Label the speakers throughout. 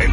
Speaker 1: El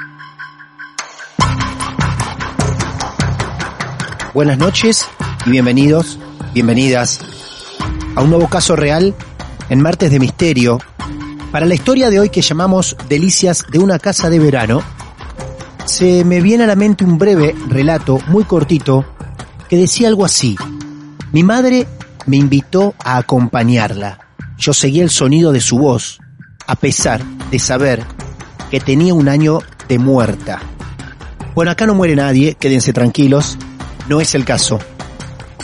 Speaker 2: Buenas noches y bienvenidos, bienvenidas a un nuevo caso real en Martes de Misterio para la historia de hoy que llamamos Delicias de una casa de verano. Se me viene a la mente un breve relato muy cortito que decía algo así. Mi madre me invitó a acompañarla. Yo seguía el sonido de su voz, a pesar de saber que tenía un año de muerta. Bueno, acá no muere nadie, quédense tranquilos, no es el caso.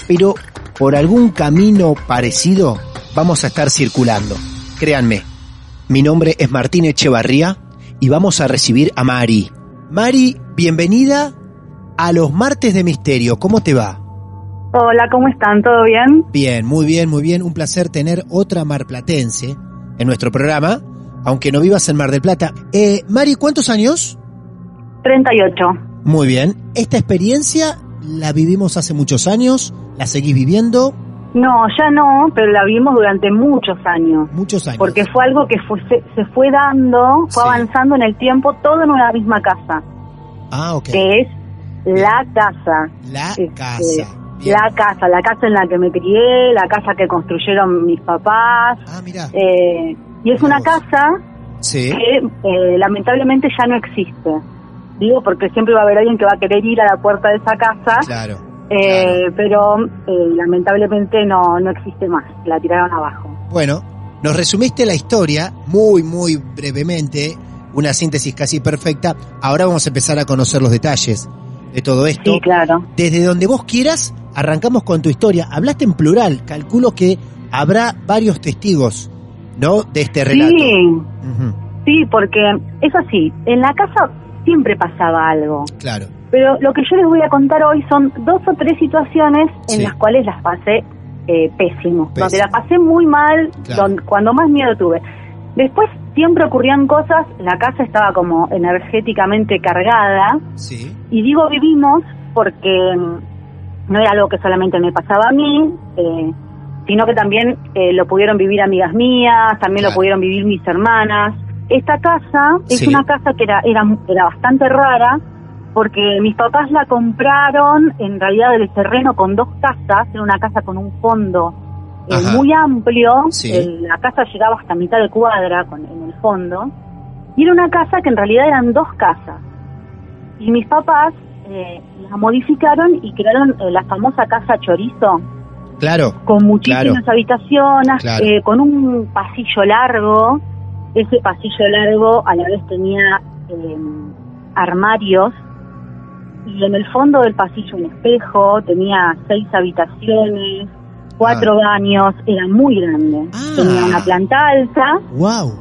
Speaker 2: Pero por algún camino parecido vamos a estar circulando. Créanme, mi nombre es Martín Echevarría y vamos a recibir a Mari. Mari, bienvenida a los martes de misterio. ¿Cómo te va?
Speaker 3: Hola, ¿cómo están? ¿Todo bien?
Speaker 2: Bien, muy bien, muy bien. Un placer tener otra marplatense en nuestro programa, aunque no vivas en Mar del Plata. Eh, Mari, ¿cuántos años?
Speaker 3: 38.
Speaker 2: Muy bien. Esta experiencia la vivimos hace muchos años, la seguís viviendo
Speaker 3: No, ya no, pero la vimos durante muchos años.
Speaker 2: muchos años.
Speaker 3: Porque fue algo que fue- se, se fue dando, fue
Speaker 2: Sí.
Speaker 3: avanzando en el tiempo, todo en una misma casa,
Speaker 2: Ah, ok.
Speaker 3: que es la casa.
Speaker 2: La
Speaker 3: Este,
Speaker 2: casa. Bien.
Speaker 3: La casa, la casa en la que me crié, la casa que construyeron mis papás.
Speaker 2: Ah, mira.
Speaker 3: eh, y es una
Speaker 2: Mirá vos.
Speaker 3: casa
Speaker 2: Sí.
Speaker 3: que eh, lamentablemente ya no existe. Digo, porque siempre va a haber alguien que va a querer ir a la puerta de esa casa.
Speaker 2: Claro.
Speaker 3: Eh, Pero eh, lamentablemente no, no existe más, la tiraron abajo.
Speaker 2: Bueno, nos resumiste la historia muy, muy brevemente, una síntesis casi perfecta. Ahora vamos a empezar a conocer los detalles de todo esto.
Speaker 3: Sí, claro.
Speaker 2: Desde donde vos quieras, arrancamos con tu historia. Hablaste en plural, calculo que habrá varios testigos, ¿no? De este relato.
Speaker 3: Sí,
Speaker 2: Ujú,
Speaker 3: sí, porque es así, en la casa siempre pasaba algo,
Speaker 2: Claro.
Speaker 3: pero lo que yo les voy a contar hoy son dos o tres situaciones en
Speaker 2: Sí.
Speaker 3: las cuales las pasé eh, pésimo, donde
Speaker 2: Pésimo.
Speaker 3: la pasé muy mal,
Speaker 2: Claro.
Speaker 3: don- cuando más miedo tuve. Después siempre ocurrían cosas, la casa estaba como energéticamente cargada,
Speaker 2: Sí.
Speaker 3: Y digo vivimos porque mm, no era algo que solamente me pasaba a mí, eh, sino que también eh, lo pudieron vivir amigas mías, también
Speaker 2: Claro.
Speaker 3: lo pudieron vivir mis hermanas. Esta casa es
Speaker 2: Sí.
Speaker 3: una casa que era, era, era bastante rara porque mis papás la compraron en realidad del terreno con dos casas, era una casa con un fondo eh,
Speaker 2: Ajá.
Speaker 3: muy amplio,
Speaker 2: Sí.
Speaker 3: el- la casa llegaba hasta mitad de cuadra con, en el fondo, y era una casa que en realidad eran dos casas. Y mis papás eh, la modificaron y crearon eh, la famosa casa chorizo,
Speaker 2: Claro.
Speaker 3: con muchísimas
Speaker 2: Claro.
Speaker 3: habitaciones,
Speaker 2: Claro.
Speaker 3: eh, con un pasillo largo. Ese pasillo largo a la vez tenía eh, armarios y en el fondo del pasillo un espejo, tenía seis habitaciones, cuatro baños, era muy grande.
Speaker 2: Ah.
Speaker 3: Tenía una planta alta,
Speaker 2: Wow.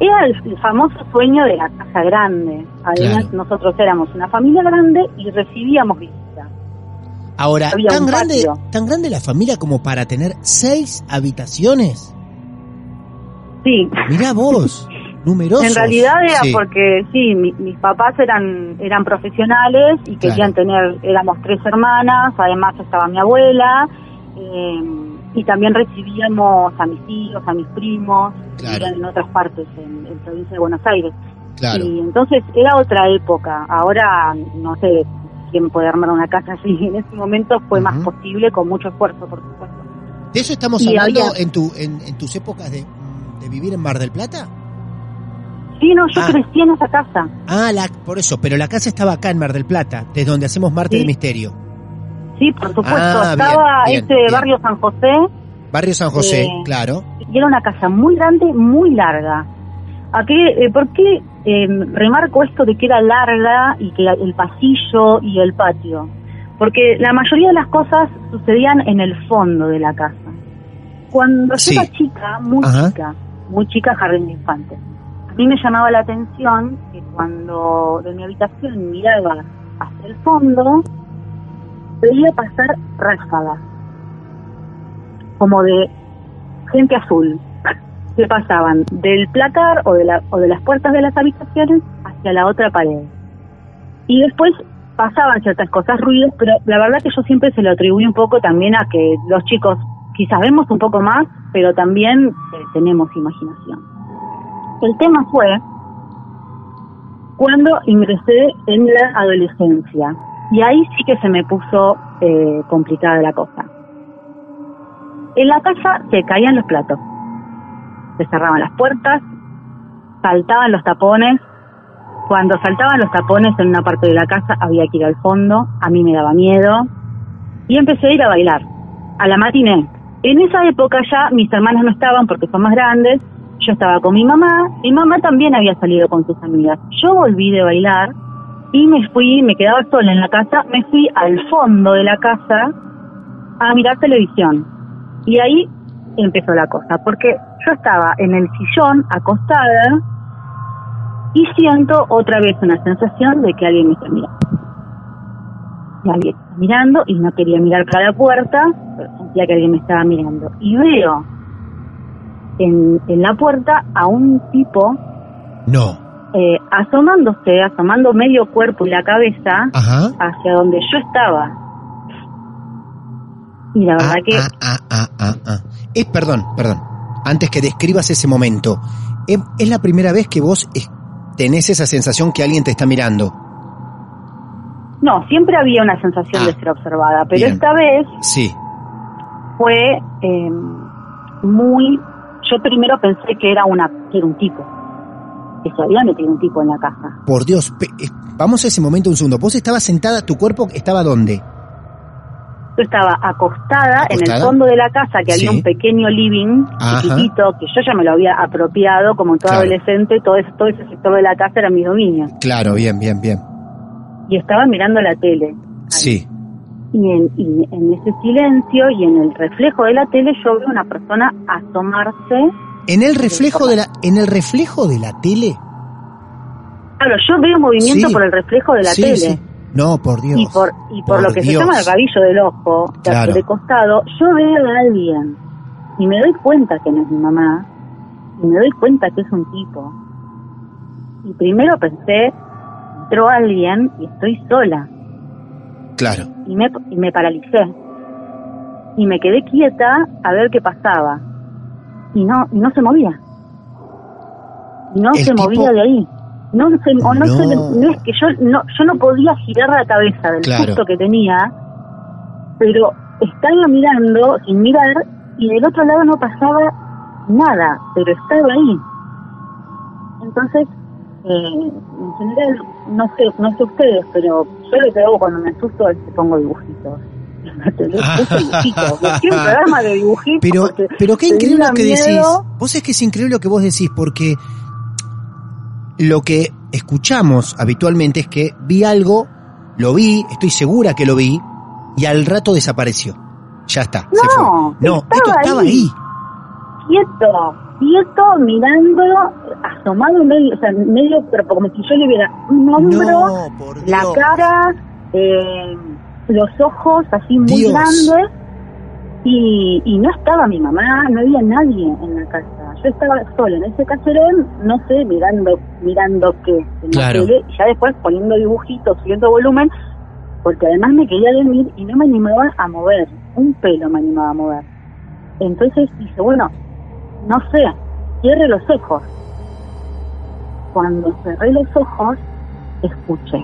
Speaker 3: era el, el famoso sueño de la casa grande. Además
Speaker 2: Claro.
Speaker 3: nosotros éramos una familia grande y recibíamos visitas.
Speaker 2: Ahora,
Speaker 3: Había
Speaker 2: tan
Speaker 3: un
Speaker 2: grande,
Speaker 3: patio.
Speaker 2: tan grande la familia como para tener seis habitaciones.
Speaker 3: Sí,
Speaker 2: Mirá vos. numerosos.
Speaker 3: En realidad era
Speaker 2: Sí.
Speaker 3: porque sí, mi- mis papás eran eran profesionales y querían tener, éramos tres hermanas, además estaba mi abuela eh, y también recibíamos a mis tíos, a mis primos, que
Speaker 2: Claro.
Speaker 3: eran en otras partes, en, en provincia de Buenos Aires.
Speaker 2: Claro.
Speaker 3: Y entonces era otra época. Ahora no sé quién puede armar una casa así. En ese momento fue más
Speaker 2: Ujú.
Speaker 3: posible con mucho esfuerzo, por supuesto.
Speaker 2: ¿De eso estamos
Speaker 3: Y
Speaker 2: hablando
Speaker 3: había-
Speaker 2: en, tu, en, en tus épocas de, de vivir en Mar del Plata?
Speaker 3: Sí, no, yo
Speaker 2: Ah.
Speaker 3: crecí en esa casa.
Speaker 2: Ah, la- por eso, pero la casa estaba acá en Mar del Plata, desde donde hacemos Marte
Speaker 3: Sí.
Speaker 2: de Misterio.
Speaker 3: Sí, por supuesto.
Speaker 2: Ah, bien,
Speaker 3: Estaba
Speaker 2: bien,
Speaker 3: este
Speaker 2: bien.
Speaker 3: barrio San José.
Speaker 2: Barrio San José,
Speaker 3: Sí.
Speaker 2: claro.
Speaker 3: y era una casa muy grande, muy larga. ¿A qué, eh, ¿Por qué eh, remarco esto de que era larga y que el pasillo y el patio? Porque la mayoría de las cosas sucedían en el fondo de la casa. Cuando
Speaker 2: Sí.
Speaker 3: yo era chica, muy
Speaker 2: Ajá.
Speaker 3: chica, muy chica, jardín de infantes, a mí me llamaba la atención que cuando de mi habitación miraba hacia el fondo, veía pasar ráfagas, como de gente azul, que pasaban del placar o de, la- o de las puertas de las habitaciones hacia la otra pared. Y después pasaban ciertas cosas, ruidos, pero la verdad que yo siempre se lo atribuyo un poco también a que los chicos quizás vemos un poco más, pero también eh, tenemos imaginación. El tema fue cuando ingresé en la adolescencia. Y ahí sí que se me puso eh, complicada la cosa. En la casa se caían los platos, se cerraban las puertas, saltaban los tapones. Cuando saltaban los tapones en una parte de la casa había que ir al fondo, a mí me daba miedo. Y empecé a ir a bailar, a la matiné. En esa época ya mis hermanas no estaban porque son más grandes, yo estaba con mi mamá, mi mamá también había salido con sus amigas. Yo volví de bailar y me fui, me quedaba sola en la casa, me fui al fondo de la casa a mirar televisión. Y ahí empezó la cosa, porque yo estaba en el sillón acostada y siento otra vez una sensación de que alguien me está mirando. Y alguien está mirando y no quería mirar para la puerta, pero sentía que alguien me estaba mirando. Y veo en, en la puerta a un tipo
Speaker 2: No.
Speaker 3: eh, asomándose, asomando medio cuerpo y la cabeza
Speaker 2: Ajá.
Speaker 3: hacia donde yo estaba. Y la verdad
Speaker 2: Ah,
Speaker 3: que
Speaker 2: ah, ah, ah, ah, ah. Es, perdón, perdón. Antes que describas ese momento, ¿es, es la primera vez que vos es- tenés esa sensación que alguien te está mirando?
Speaker 3: No, siempre había una sensación
Speaker 2: Ah,
Speaker 3: de ser observada, pero
Speaker 2: bien.
Speaker 3: esta vez
Speaker 2: Sí.
Speaker 3: fue eh, muy... Yo primero pensé que era, una, que era un tipo, que se había metido un tipo en la casa.
Speaker 2: Por Dios, pe- eh, vamos a ese momento un segundo. Vos estabas sentada, tu cuerpo estaba dónde?
Speaker 3: Yo estaba acostada, en el
Speaker 2: ¿Acostada?
Speaker 3: fondo de la casa, que había
Speaker 2: Sí.
Speaker 3: un pequeño living
Speaker 2: Ajá.
Speaker 3: chiquitito, que yo ya me lo había apropiado como todo
Speaker 2: Claro.
Speaker 3: adolescente, todo ese, todo ese sector de la casa era mi dominio.
Speaker 2: Claro, bien, bien, bien.
Speaker 3: Y estaba mirando la tele.
Speaker 2: Sí.
Speaker 3: Y en, y en ese silencio y en el reflejo de la tele yo veo una persona asomarse
Speaker 2: En el reflejo de la, en el reflejo de la tele.
Speaker 3: Claro, yo veo movimiento
Speaker 2: Sí.
Speaker 3: por el reflejo de la
Speaker 2: Sí,
Speaker 3: tele.
Speaker 2: sí. No, por Dios.
Speaker 3: Y por, y por,
Speaker 2: Por
Speaker 3: lo que se
Speaker 2: Dios.
Speaker 3: llama el rabillo del ojo, de-
Speaker 2: Claro.
Speaker 3: de costado, yo veo a alguien y me doy cuenta que no es mi mamá, y me doy cuenta que es un tipo. Y primero pensé, entró alguien y estoy sola,
Speaker 2: Claro.
Speaker 3: y me, y me paralicé. Y me quedé quieta a ver qué pasaba. Y no, y no se movía. Y no
Speaker 2: El
Speaker 3: se
Speaker 2: tipo-
Speaker 3: movía de ahí. No, se, o no, se-
Speaker 2: No.
Speaker 3: no es que yo no, yo no podía girar la cabeza del
Speaker 2: Claro.
Speaker 3: susto que tenía, pero estaba mirando sin mirar y del otro lado no pasaba nada, pero estaba ahí. Entonces, eh, en general, no sé, no sé ustedes, pero yo lo que hago cuando me asusto es que pongo dibujitos. Puse dibujitos, busqué un programa de dibujitos.
Speaker 2: Ah. Pero,
Speaker 3: porque
Speaker 2: pero qué
Speaker 3: tenía
Speaker 2: increíble lo que
Speaker 3: miedo.
Speaker 2: decís. Vos es que es increíble lo que vos decís, porque lo que escuchamos habitualmente es que vi algo, lo vi, estoy segura que lo vi, y al rato desapareció. Ya está, se fue.
Speaker 3: No,
Speaker 2: No,
Speaker 3: estaba
Speaker 2: esto estaba
Speaker 3: ahí.
Speaker 2: ahí.
Speaker 3: quieto, quieto, mirando, asomado medio, o sea, medio, pero como si yo le hubiera un hombro,
Speaker 2: No, por
Speaker 3: la
Speaker 2: Dios.
Speaker 3: cara, eh, los ojos así muy
Speaker 2: Dios.
Speaker 3: grandes, y, y no estaba mi mamá, no había nadie en la casa. yo estaba sola en ese caserón, no sé, mirando mirando qué, en
Speaker 2: Claro.
Speaker 3: la tele, y ya después poniendo dibujitos, subiendo volumen, porque además me quería dormir y no me animaba a mover, un pelo me animaba a mover. Entonces dije, bueno, no sé, cierre los ojos. Cuando cerré los ojos, escuché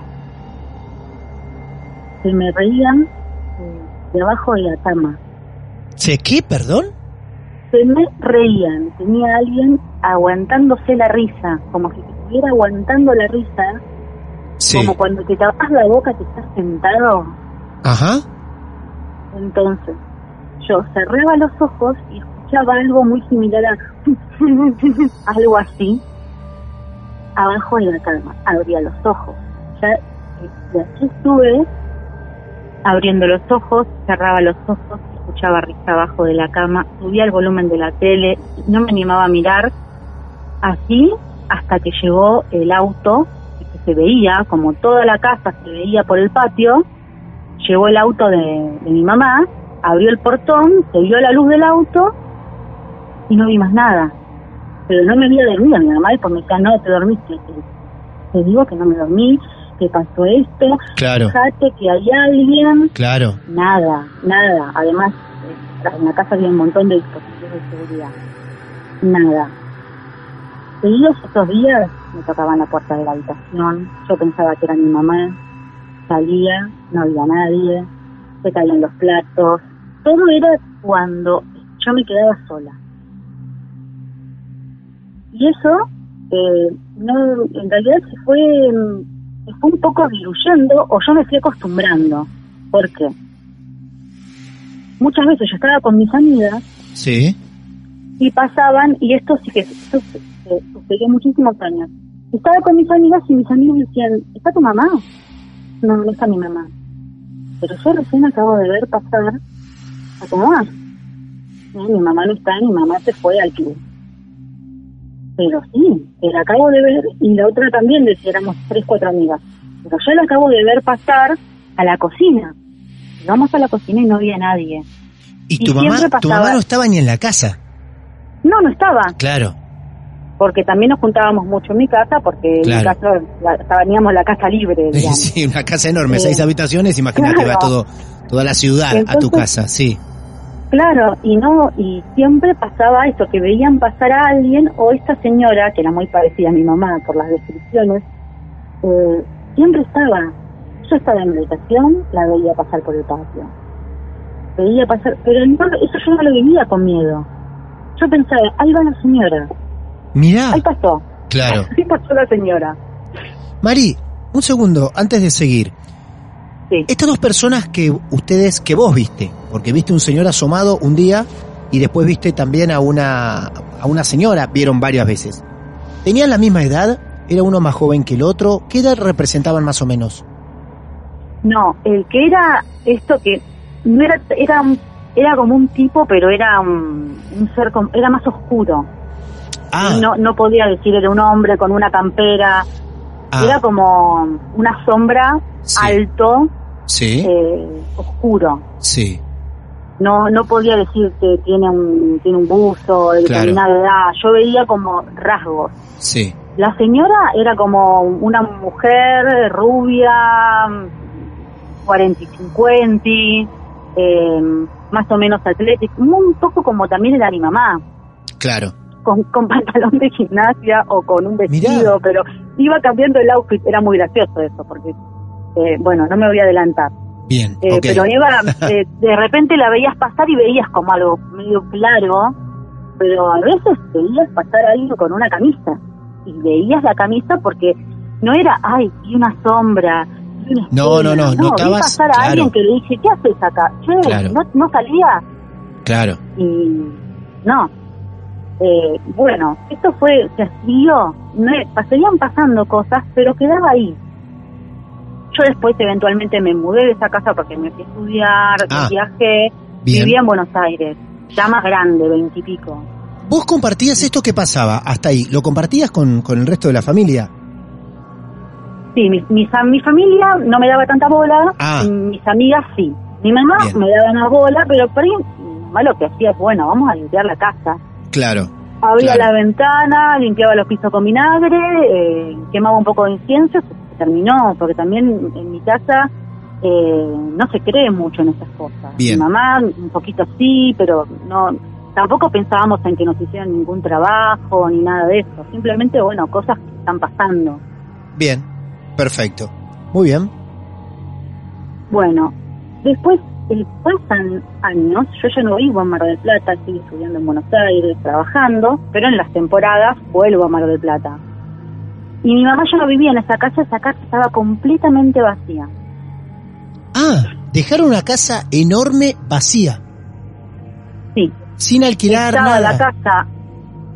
Speaker 3: que me reían eh, debajo de la cama.
Speaker 2: ¿Se qué, perdón?
Speaker 3: Se me reían, tenía alguien aguantándose la risa, como si te estuviera aguantando la risa,
Speaker 2: Sí.
Speaker 3: como cuando te tapas la boca que estás sentado.
Speaker 2: Ajá.
Speaker 3: Entonces, yo cerraba los ojos y escuchaba algo muy similar a algo así, abajo de la cama. Abría los ojos. Ya, eh, y así estuve abriendo los ojos, cerraba los ojos, escuchaba risa abajo de la cama, subía el volumen de la tele, no me animaba a mirar. Así hasta que llegó el auto, que se veía, como toda la casa se veía por el patio, llegó el auto de, de mi mamá, abrió el portón, se vio la luz del auto y no vi más nada. Pero no me había dormido, mi mamá después me decía, no, te dormiste. Te, te digo que no me dormí, que pasó esto,
Speaker 2: Claro,
Speaker 3: fíjate que hay alguien.
Speaker 2: claro.
Speaker 3: Nada, nada. Además, eh, en la casa había un montón de dispositivos de seguridad. Nada. Seguidos estos días, me tocaban la puerta de la habitación. Yo pensaba que era mi mamá. Salía, no había nadie. Se caían los platos. Todo era cuando yo me quedaba sola. Y eso, eh, no, en realidad se fue, mm, se fue un poco diluyendo o yo me fui acostumbrando. Porque muchas veces yo estaba con mis amigas
Speaker 2: Sí.
Speaker 3: y pasaban, y esto sí que esto su- eh, sucedió muchísimos años. Estaba con mis amigas y mis amigos decían, ¿está tu mamá? No, no está mi mamá. Pero yo recién acabo de ver pasar a tu mamá. No, mi mamá no está, mi mamá se fue al club. Pero sí, que la acabo de ver y la otra también, decía, éramos tres, cuatro amigas. Pero yo la acabo de ver pasar a la cocina. Llegamos a la cocina y no había nadie.
Speaker 2: Y
Speaker 3: Y
Speaker 2: tu mamá,
Speaker 3: siempre
Speaker 2: tu mamá
Speaker 3: pasaba-
Speaker 2: no estaba ni en la casa.
Speaker 3: No, no estaba.
Speaker 2: Claro.
Speaker 3: porque también nos juntábamos mucho en mi casa, porque en mi
Speaker 2: Claro.
Speaker 3: casa la- teníamos la casa libre, digamos.
Speaker 2: Sí, una casa enorme,
Speaker 3: Sí.
Speaker 2: seis habitaciones, imagínate, va
Speaker 3: Claro.
Speaker 2: todo, toda la ciudad a tu
Speaker 3: Entonces-
Speaker 2: casa, sí.
Speaker 3: Claro, y no, y siempre pasaba esto, que veían pasar a alguien, o esta señora, que era muy parecida a mi mamá por las descripciones, eh, siempre estaba. Yo estaba en la habitación, la veía pasar por el patio. Veía pasar, pero no, eso yo no lo vivía con miedo. Yo pensaba, ahí va la señora,
Speaker 2: Mirá,
Speaker 3: ahí pasó,
Speaker 2: Ah. claro.
Speaker 3: ahí pasó la señora.
Speaker 2: Mari, un segundo, antes de seguir.
Speaker 3: Sí.
Speaker 2: Estas dos personas que ustedes, que vos viste, porque viste un señor asomado un día y después viste también a una, a una señora, vieron varias veces. ¿Tenían la misma edad? ¿Era uno más joven que el otro? ¿Qué edad representaban más o menos?
Speaker 3: No, el que era esto que no era era un- era como un tipo, pero era un, un ser com- era más oscuro.
Speaker 2: Ah,
Speaker 3: No no podía decir era un hombre con una campera,
Speaker 2: ah,
Speaker 3: era como una sombra
Speaker 2: sí,
Speaker 3: alto,
Speaker 2: sí,
Speaker 3: eh, oscuro.
Speaker 2: sí.
Speaker 3: No no podía decir que tiene un tiene un buzo, de
Speaker 2: Claro.
Speaker 3: determinada edad. Yo veía como rasgos.
Speaker 2: Sí,
Speaker 3: La señora era como una mujer rubia, 40 y 50, eh, más o menos atlética, un poco como también era mi mamá,
Speaker 2: claro.
Speaker 3: con, con pantalón de gimnasia o con un vestido, pero iba cambiando el outfit, era muy gracioso eso, porque, eh, bueno, no me voy a adelantar,
Speaker 2: Bien,
Speaker 3: Eh,
Speaker 2: ok.
Speaker 3: pero iba, eh, de repente la veías pasar y veías como algo medio claro, pero a veces veías pasar a alguien con una camisa y veías la camisa porque no era, ay, y una sombra. y una
Speaker 2: No, no,
Speaker 3: esquina".
Speaker 2: no,
Speaker 3: vi
Speaker 2: notabas,
Speaker 3: pasar a
Speaker 2: claro.
Speaker 3: alguien que le dije, ¿qué haces acá? Che,
Speaker 2: Claro.
Speaker 3: ¿no, no salía?
Speaker 2: Claro,
Speaker 3: Y no. Eh, bueno, esto fue, se siguió, no, es- seguían pasando cosas, pero quedaba ahí. Yo después eventualmente me mudé de esa casa porque me fui a estudiar,
Speaker 2: Ah,
Speaker 3: viajé,
Speaker 2: bien.
Speaker 3: vivía en Buenos Aires, ya más grande, veintipico.
Speaker 2: Vos compartías esto que pasaba hasta ahí, ¿lo compartías con, con el resto de la familia?
Speaker 3: Sí, mi, mi, fa- mi familia no me daba tanta bola,
Speaker 2: Ah.
Speaker 3: mis amigas sí. Mi mamá
Speaker 2: Bien.
Speaker 3: me daba más bola, pero por ahí mi mamá lo que hacía es, bueno, vamos a limpiar la casa.
Speaker 2: Claro,
Speaker 3: Abría
Speaker 2: Claro.
Speaker 3: la ventana, limpiaba los pisos con vinagre, eh, quemaba un poco de incienso, se terminó, porque también en mi casa eh, no se cree mucho en esas cosas.
Speaker 2: Bien.
Speaker 3: Mi mamá un poquito sí, pero no tampoco pensábamos en que nos hicieran ningún trabajo ni nada de eso. Simplemente, bueno, cosas que están pasando.
Speaker 2: Bien, perfecto. Muy bien.
Speaker 3: Bueno, después eh, pasan años, yo ya no vivo en Mar del Plata, sigo estudiando en Buenos Aires, trabajando, pero en las temporadas vuelvo a Mar del Plata. Y mi mamá ya no vivía en esa casa, esa casa estaba completamente vacía.
Speaker 2: Ah, dejaron una casa enorme vacía,
Speaker 3: Sí,
Speaker 2: sin alquilar
Speaker 3: estaba
Speaker 2: nada.
Speaker 3: la casa.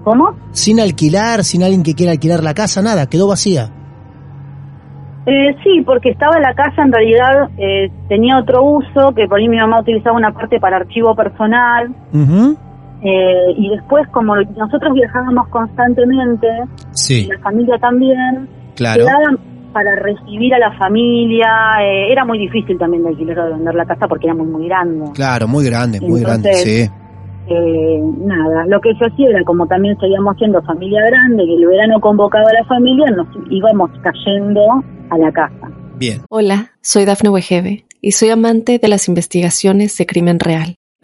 Speaker 3: ¿Cómo?
Speaker 2: Sin alquilar, sin alguien que quiera alquilar la casa, nada, quedó vacía.
Speaker 3: Eh, sí, porque estaba la casa en realidad, eh, tenía otro uso, que por ahí mi mamá utilizaba una parte para archivo personal,
Speaker 2: Ujú.
Speaker 3: eh, y después como nosotros viajábamos constantemente, y
Speaker 2: Sí,
Speaker 3: la familia también,
Speaker 2: claro.
Speaker 3: Quedaban para recibir a la familia. eh, era muy difícil también de alquilar o de vender la casa porque era muy, muy grande.
Speaker 2: Claro, muy grande, muy
Speaker 3: Entonces-
Speaker 2: grande, sí.
Speaker 3: Eh, nada, lo que se hacía era como también seguíamos siendo familia grande, que el verano convocaba a la familia, nos íbamos cayendo a la casa.
Speaker 2: Bien.
Speaker 4: Hola, soy Dafne Wegebe y soy amante de las investigaciones de crimen real.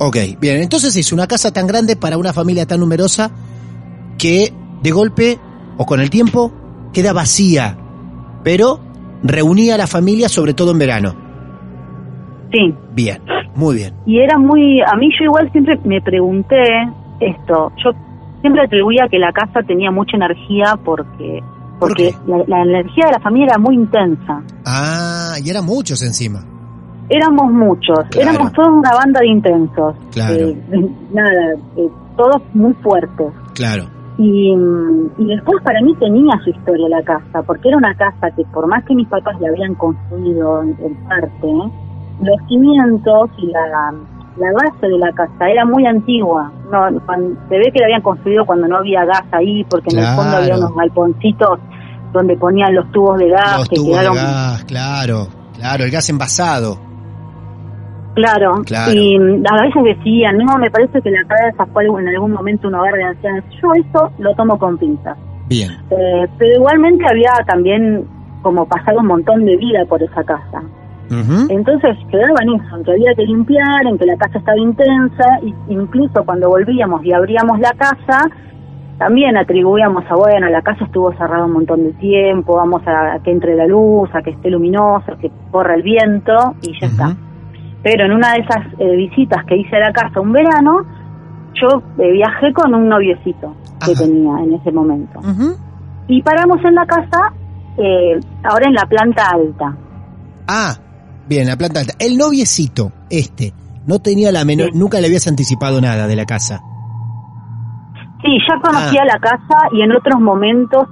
Speaker 2: Ok, bien, entonces es una casa tan grande para una familia tan numerosa que de golpe o con el tiempo queda vacía, pero reunía a la familia sobre todo en verano.
Speaker 3: Sí,
Speaker 2: Bien, muy bien.
Speaker 3: y era muy. A mí yo igual siempre me pregunté esto. Yo siempre atribuía que la casa tenía mucha energía porque.
Speaker 2: ¿Por
Speaker 3: Porque
Speaker 2: qué?
Speaker 3: la- la energía de la familia era muy intensa.
Speaker 2: Ah, y eran muchos encima.
Speaker 3: Éramos muchos,
Speaker 2: Claro.
Speaker 3: éramos todos una banda de intensos.
Speaker 2: Claro.
Speaker 3: Eh, nada, eh, todos muy fuertes.
Speaker 2: Claro,
Speaker 3: Y, mm, y después para mí tenía su historia la casa, porque era una casa que por más que mis papás la habían construido en, en parte, los cimientos y la, la base de la casa era muy antigua. No, cuan- se ve que la habían construido cuando no había gas ahí, porque en el fondo había
Speaker 2: Claro.
Speaker 3: unos galponcitos donde ponían los tubos de gas
Speaker 2: los
Speaker 3: Ah, que
Speaker 2: tubos de
Speaker 3: quedaron
Speaker 2: gas, claro, claro, el gas envasado.
Speaker 3: Claro,
Speaker 2: Claro.
Speaker 3: y mm, a veces decían, no, me parece que la casa fue algo- en algún momento un hogar de ancianos. Yo eso lo tomo con pinzas.
Speaker 2: Bien,
Speaker 3: Eh, pero igualmente había también como pasado un montón de vida por esa casa.
Speaker 2: Ujú.
Speaker 3: Entonces quedaba en eso, en que había que limpiar, en que la casa estaba intensa, y incluso cuando volvíamos y abríamos la casa, también atribuíamos a, bueno, la casa estuvo cerrada un montón de tiempo, vamos a, que entre la luz, a que esté luminosa, a que corra el viento, y ya está.
Speaker 2: Ujú.
Speaker 3: Pero en una de esas eh, visitas que hice a la casa un verano, yo eh, viajé con un noviecito que
Speaker 2: Ajá.
Speaker 3: tenía en ese momento.
Speaker 2: Ujú.
Speaker 3: Y paramos en la casa, eh, ahora en la planta alta.
Speaker 2: Ah, bien, la planta alta. El noviecito, este, no tenía la menor,
Speaker 3: Sí.
Speaker 2: nunca le habías anticipado nada de la casa.
Speaker 3: Sí, ya conocía
Speaker 2: Ah.
Speaker 3: la casa y en otros momentos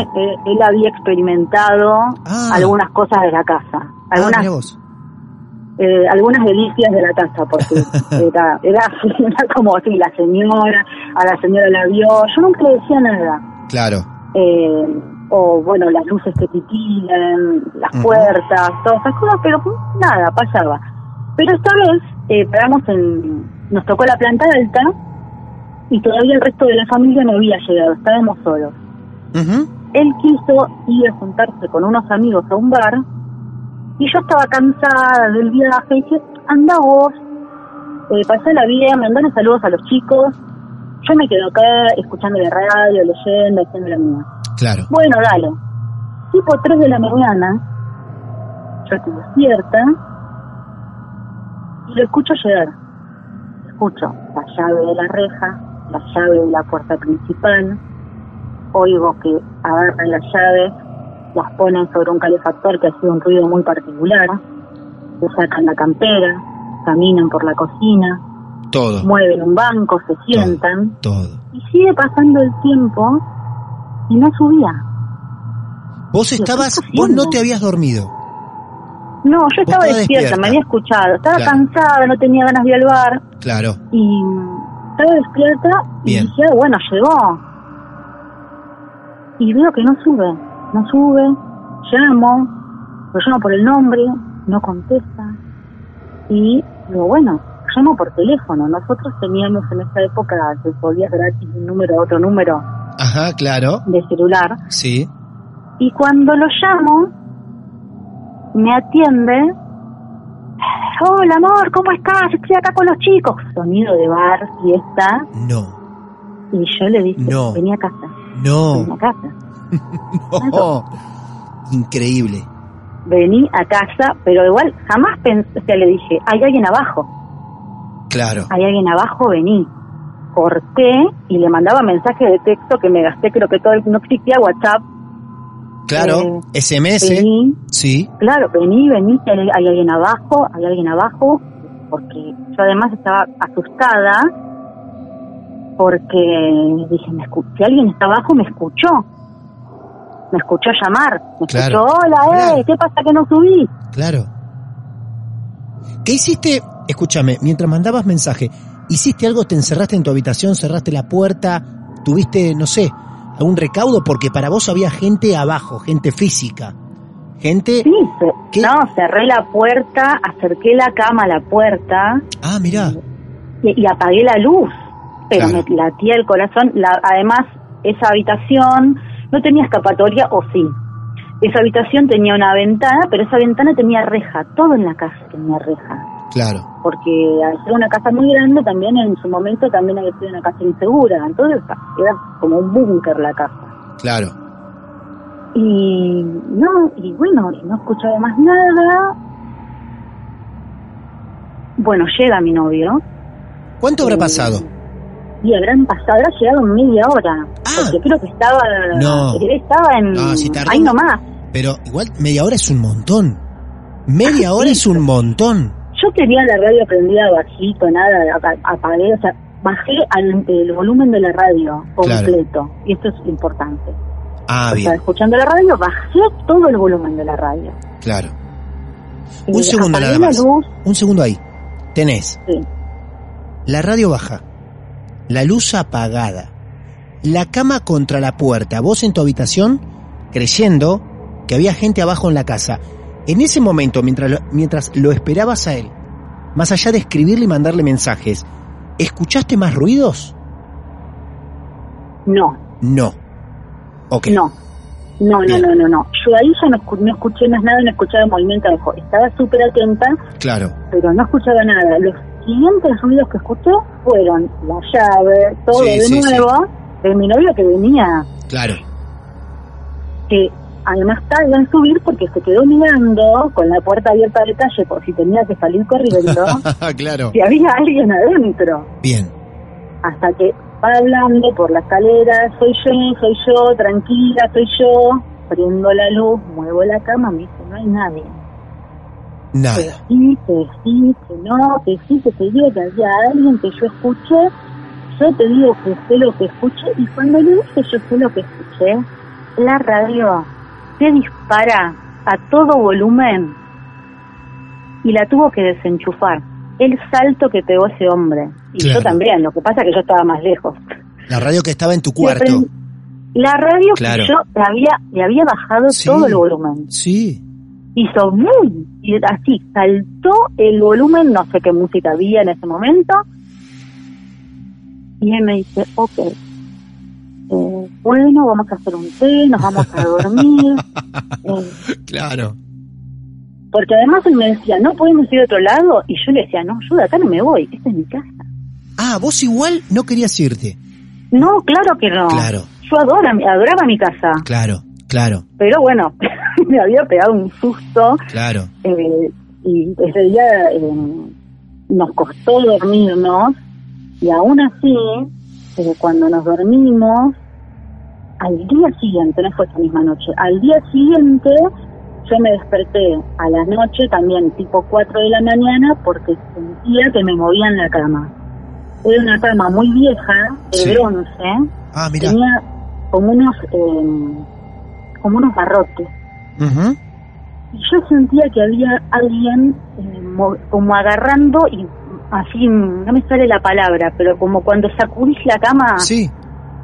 Speaker 2: Sí.
Speaker 3: eh, él había experimentado
Speaker 2: Ah.
Speaker 3: algunas cosas de la casa.
Speaker 2: Ah,
Speaker 3: Algunas
Speaker 2: mira vos.
Speaker 3: eh, algunas delicias de la casa, porque era, era, era como así, la señora, a la señora la vio, yo nunca le decía nada.
Speaker 2: Claro.
Speaker 3: eh, o bueno, las luces que titilan, las
Speaker 2: Ujú.
Speaker 3: puertas, todas esas cosas, pero nada, pasaba. Pero esta vez eh, paramos en, nos tocó la planta alta y todavía el resto de la familia no había llegado, estábamos solos.
Speaker 2: Ujú.
Speaker 3: Él quiso ir a juntarse con unos amigos a un bar y yo estaba cansada del viaje y dije, anda vos, eh, pasala bien, mandale saludos a los chicos. Yo me quedo acá escuchando la radio, leyendo, haciendo la mía.
Speaker 2: Claro.
Speaker 3: Bueno, dale. Tipo 3 de la mañana, yo estoy despierta y lo escucho llegar. Escucho la llave de la reja, la llave de la puerta principal. Oigo que agarran las llaves, las ponen sobre un calefactor que hace un ruido muy particular. Se sacan la campera, caminan por la cocina,
Speaker 2: Todo.
Speaker 3: mueven un banco, se sientan.
Speaker 2: Todo.
Speaker 3: Y sigue pasando el tiempo y no subía.
Speaker 2: Vos estabas, vos no te habías dormido.
Speaker 3: No, yo estaba
Speaker 2: estabas
Speaker 3: despierta,
Speaker 2: despierta.
Speaker 3: me había escuchado. Estaba
Speaker 2: Claro.
Speaker 3: cansada, no tenía ganas de ir al bar.
Speaker 2: Claro.
Speaker 3: Y mm, estaba despierta
Speaker 2: Bien.
Speaker 3: y dije, bueno, llegó. Y veo que no sube, no sube. Llamo, lo llamo por el nombre, no contesta. Y digo, bueno, llamo por teléfono. Nosotros teníamos en esa época que podías gratis de un número a otro número
Speaker 2: Ajá, claro.
Speaker 3: de celular.
Speaker 2: Sí.
Speaker 3: Y cuando lo llamo, me atiende. Hola, amor, ¿cómo estás? Estoy acá con los chicos. Sonido de bar, fiesta.
Speaker 2: No.
Speaker 3: Y yo le dije,
Speaker 2: No.
Speaker 3: vení a casa, vení a
Speaker 2: No.
Speaker 3: casa.
Speaker 2: No. Increíble.
Speaker 3: Vení a casa, pero igual jamás pensé, o sea, le dije, hay alguien abajo,
Speaker 2: Claro.
Speaker 3: hay alguien abajo, vení. Corté y le mandaba mensajes de texto que me gasté, creo que todo, el- no existía WhatsApp.
Speaker 2: Claro.
Speaker 3: Ah, eh,
Speaker 2: SMS.
Speaker 3: Vení,
Speaker 2: Sí.
Speaker 3: Claro, vení, vení, que hay, hay alguien abajo, hay alguien abajo, porque yo además estaba asustada porque dije, me escu- si alguien está abajo, me escuchó. Me escuchó llamar, me
Speaker 2: Claro.
Speaker 3: escuchó, hola, eh,
Speaker 2: Claro.
Speaker 3: ¿qué pasa que no subí?
Speaker 2: Claro. ¿Qué hiciste? Escúchame, mientras mandabas mensaje, ¿hiciste algo? ¿Te encerraste en tu habitación? ¿Cerraste la puerta? ¿Tuviste, no sé, algún recaudo? Porque para vos había gente abajo, gente física. Gente...
Speaker 3: Sí, ce-
Speaker 2: ¿Qué?
Speaker 3: no, cerré la puerta, acerqué la cama a la puerta
Speaker 2: Ah, mirá.
Speaker 3: y, y apagué la luz, pero
Speaker 2: Claro.
Speaker 3: me latía el corazón. La- además, esa habitación no tenía escapatoria, o sí. Esa habitación tenía una ventana, pero esa ventana tenía reja, todo en la casa tenía reja,
Speaker 2: Claro,
Speaker 3: porque al ser una casa muy grande también en su momento también había sido una casa insegura, entonces era como un búnker la casa.
Speaker 2: claro.
Speaker 3: Y no, y bueno, y no escuchaba más nada. Bueno, llega mi novio.
Speaker 2: ¿Cuánto habrá pasado?
Speaker 3: Y habrán pasado, habrá llegado en media hora.
Speaker 2: Ah.
Speaker 3: Porque creo que estaba.
Speaker 2: No.
Speaker 3: él Estaba en.
Speaker 2: No, si tardó-
Speaker 3: ahí nomás.
Speaker 2: Pero igual media hora es un montón. Media hora es un montón.
Speaker 3: Yo tenía la radio prendida bajito, nada, apa- apagué, o sea, bajé al, el volumen de la radio completo. Y esto es importante.
Speaker 2: Ah,
Speaker 3: O sea,
Speaker 2: bien,
Speaker 3: escuchando la radio, bajé todo el volumen de la radio.
Speaker 2: claro.
Speaker 3: Y
Speaker 2: Un segundo
Speaker 3: apagué
Speaker 2: nada
Speaker 3: la
Speaker 2: más.
Speaker 3: luz,
Speaker 2: Un segundo ahí. Tenés
Speaker 3: sí.
Speaker 2: la radio baja, la luz apagada, la cama contra la puerta, vos en tu habitación creyendo que había gente abajo en la casa. En ese momento, mientras lo, mientras lo esperabas a él, más allá de escribirle y mandarle mensajes, ¿escuchaste más ruidos?
Speaker 3: No,
Speaker 2: No. Ok.
Speaker 3: No. No, no,
Speaker 2: Bien.
Speaker 3: no, no, no. Yo ahí ya no, escu- no escuché más nada, no escuchaba movimiento abajo. Estaba súper atenta,
Speaker 2: Claro.
Speaker 3: pero no escuchaba nada. Los siguientes ruidos que escuché fueron la llave, todo
Speaker 2: Sí,
Speaker 3: de
Speaker 2: sí,
Speaker 3: nuevo, de mi novio que venía,
Speaker 2: Claro.
Speaker 3: que además tarda en subir porque se quedó mirando con la puerta abierta de calle por si tenía que salir corriendo,
Speaker 2: claro.
Speaker 3: si había alguien adentro.
Speaker 2: Bien.
Speaker 3: Hasta que va hablando por la escalera, soy yo, soy yo, tranquila, soy yo. Prendo la luz, muevo la cama, me dice, no hay nadie. Que
Speaker 2: Nada.
Speaker 3: sí, que sí, que no, que sí, que te digo que había alguien que yo escuché. Yo te digo que fue lo que escuché. Y cuando le dije yo fue lo que escuché, la radio se dispara a todo volumen y la tuvo que desenchufar. El salto que pegó ese hombre. Y
Speaker 2: Claro.
Speaker 3: yo también, lo que pasa es que yo estaba más lejos.
Speaker 2: La radio que estaba en tu
Speaker 3: Le
Speaker 2: cuarto.
Speaker 3: prend- La radio
Speaker 2: Claro.
Speaker 3: que yo le había, le había bajado
Speaker 2: Sí.
Speaker 3: todo el volumen
Speaker 2: Sí.
Speaker 3: hizo boom y así saltó el volumen, no sé qué música había en ese momento. Y él me dice, ok, eh, bueno, vamos a hacer un té, nos vamos a dormir. Eh,
Speaker 2: Claro.
Speaker 3: porque además él me decía, no podemos ir a otro lado. Y yo le decía, no, yo de acá no me voy, esta es mi casa.
Speaker 2: Ah, vos igual no querías irte.
Speaker 3: No, claro que no.
Speaker 2: Claro.
Speaker 3: Yo adoro, adoraba mi casa.
Speaker 2: Claro, claro,
Speaker 3: Pero bueno, me había pegado un susto.
Speaker 2: claro.
Speaker 3: Eh, y ese día eh, nos costó dormirnos y aún así, eh, cuando nos dormimos, al día siguiente, no fue esa misma noche, al día siguiente yo me desperté a la noche, también tipo 4 de la mañana, porque sentía que me movía en la cama. Era una cama muy vieja, de
Speaker 2: Sí.
Speaker 3: bronce,
Speaker 2: Ah, mirá.
Speaker 3: tenía como unos... eh, como unos barrotes.
Speaker 2: Ujú.
Speaker 3: Y yo sentía que había alguien eh, mo- como agarrando y así, no me sale la palabra, pero como cuando sacudís la cama,
Speaker 2: Sí,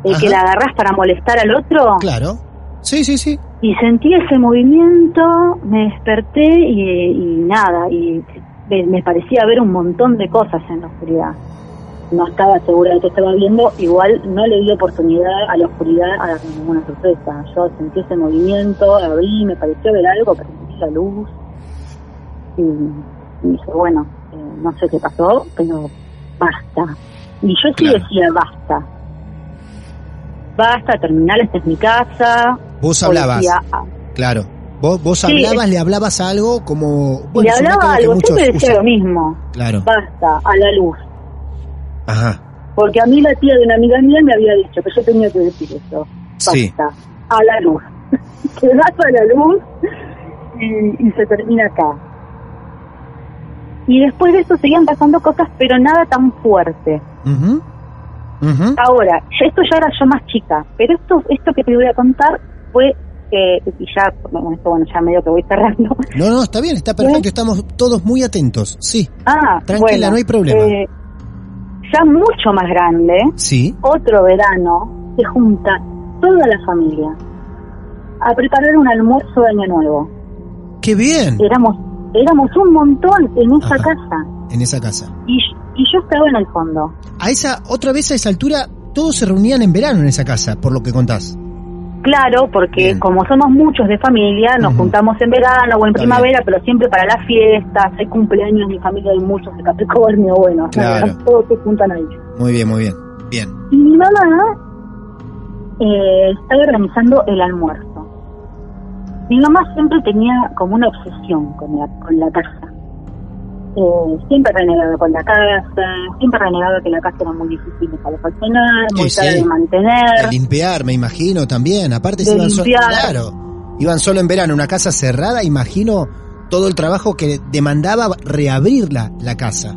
Speaker 3: eh, que
Speaker 2: ajá.
Speaker 3: la agarrás para molestar al otro.
Speaker 2: claro. Sí, sí, sí.
Speaker 3: Y sentí ese movimiento, me desperté y, y nada, y me- me parecía ver un montón de cosas en la oscuridad. No estaba segura de que estaba viendo, igual no le di oportunidad a la oscuridad a darme ninguna sorpresa. Yo sentí ese movimiento, abrí, me pareció ver algo, pero sentí la luz. Y, y dije, bueno, eh, no sé qué pasó, pero basta. Y yo sí
Speaker 2: Claro.
Speaker 3: decía, basta. Basta, terminal, esta es mi casa,
Speaker 2: Vos hablabas.
Speaker 3: Policía, ah,
Speaker 2: Claro. Vos, vos
Speaker 3: Sí,
Speaker 2: hablabas,
Speaker 3: es-
Speaker 2: le hablabas a algo como... bueno,
Speaker 3: le
Speaker 2: es una
Speaker 3: hablaba
Speaker 2: cosa que
Speaker 3: algo,
Speaker 2: muchos
Speaker 3: siempre decía
Speaker 2: usan.
Speaker 3: lo mismo.
Speaker 2: Claro.
Speaker 3: Basta, a la luz.
Speaker 2: Ajá.
Speaker 3: Porque a mí la tía de una amiga mía me había dicho que yo tenía que decir eso. Basta,
Speaker 2: Sí.
Speaker 3: a la luz. Te das a la luz y, y se termina acá. Y después de eso seguían pasando cosas, pero nada tan fuerte.
Speaker 2: Ujú. Ujú.
Speaker 3: Ahora, esto ya era yo más chica, pero esto esto que te voy a contar fue, eh, y ya, bueno, esto, bueno, ya medio que voy cerrando.
Speaker 2: No, no, está bien, está perfecto, estamos todos muy atentos. Sí,
Speaker 3: Ah,
Speaker 2: Tranquila,
Speaker 3: bueno,
Speaker 2: no hay problema.
Speaker 3: eh, ya mucho más grande,
Speaker 2: sí.
Speaker 3: otro verano, se junta toda la familia a preparar un almuerzo de año nuevo.
Speaker 2: Qué bien.
Speaker 3: Éramos, éramos un montón en esa
Speaker 2: Ajá.
Speaker 3: casa
Speaker 2: En esa casa.
Speaker 3: y, y yo estaba en el fondo.
Speaker 2: A esa, otra vez a esa altura, todos se reunían en verano en esa casa, por lo que contás.
Speaker 3: Claro, porque
Speaker 2: Bien.
Speaker 3: como somos muchos de familia, nos
Speaker 2: Ujú.
Speaker 3: juntamos en verano o en
Speaker 2: Está
Speaker 3: primavera, pero siempre para las fiestas, hay cumpleaños, mi familia hay muchos de Capricornio, bueno,
Speaker 2: Claro.
Speaker 3: nada, todos se juntan ahí.
Speaker 2: Muy bien, muy bien. Bien.
Speaker 3: Y mi mamá eh, estaba organizando el almuerzo. Mi mamá siempre tenía como una obsesión con la, con la casa. Eh, siempre renegaba con la casa, siempre renegaba que la casa era muy difícil de calefaccionar, muy
Speaker 2: Sí,
Speaker 3: cara
Speaker 2: sí.
Speaker 3: de mantener.
Speaker 2: De limpiar, me imagino también. Aparte, se
Speaker 3: De
Speaker 2: iban solo.
Speaker 3: limpiar.
Speaker 2: Claro. Iban solo en verano, una casa cerrada, imagino todo el trabajo que demandaba reabrirla la casa.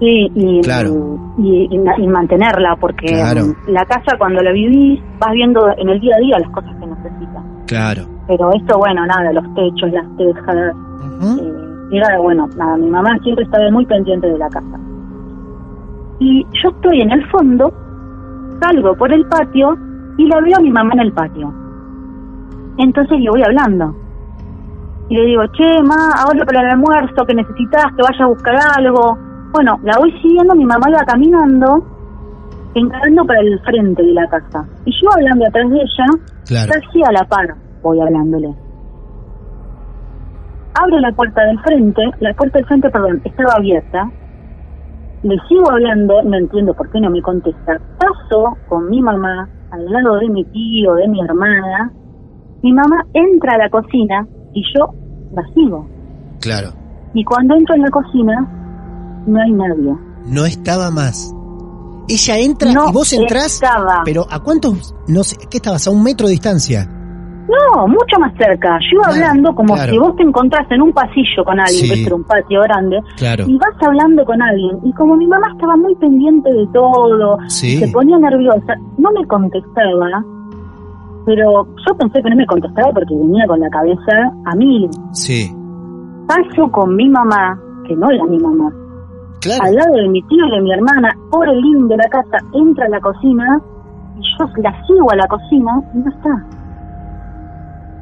Speaker 3: Sí, y,
Speaker 2: Claro.
Speaker 3: y, y ma- y mantenerla, porque
Speaker 2: Claro.
Speaker 3: mm, la casa cuando la vivís vas viendo en el día a día las cosas que necesitas.
Speaker 2: Claro.
Speaker 3: Pero esto, bueno, nada, los techos, las tejas, Eh, era bueno, nada, mi mamá siempre estaba muy pendiente de la casa. Y yo estoy en el fondo, salgo por el patio y la veo a mi mamá en el patio. Entonces le voy hablando. Y le digo, che, ma, ahora para el almuerzo, que necesitas, que vaya a buscar algo. Bueno, la voy siguiendo, mi mamá iba caminando, encarando para el frente de la casa. Y yo hablando atrás de ella,
Speaker 2: Claro.
Speaker 3: Casi a la par voy hablándole. Abro la puerta del frente, la puerta del frente, perdón, estaba abierta. Le sigo hablando, no entiendo por qué no me contesta. Paso con mi mamá al lado de mi tío, de mi hermana. Mi mamá entra a la cocina y yo la sigo.
Speaker 2: Claro.
Speaker 3: Y cuando entro en la cocina, no hay nadie.
Speaker 2: No estaba más. Ella entra
Speaker 3: No
Speaker 2: y vos entrás.
Speaker 3: estaba.
Speaker 2: Pero ¿a cuántos? No sé, ¿qué estabas? ¿A un metro de distancia?
Speaker 3: No, mucho más cerca. Yo iba
Speaker 2: Claro,
Speaker 3: hablando como
Speaker 2: claro.
Speaker 3: si vos te encontrás en un pasillo con alguien,
Speaker 2: Sí.
Speaker 3: que era un patio grande,
Speaker 2: Claro.
Speaker 3: y vas hablando con alguien. Y como mi mamá estaba muy pendiente de todo,
Speaker 2: Sí.
Speaker 3: se ponía nerviosa, no me contestaba, pero yo pensé que no me contestaba porque venía con la cabeza a mil.
Speaker 2: Sí.
Speaker 3: Paso con mi mamá, que no era mi mamá,
Speaker 2: Claro.
Speaker 3: al lado de mi tío y de mi hermana, por el living de la casa, entra a la cocina y yo la sigo a la cocina y no está.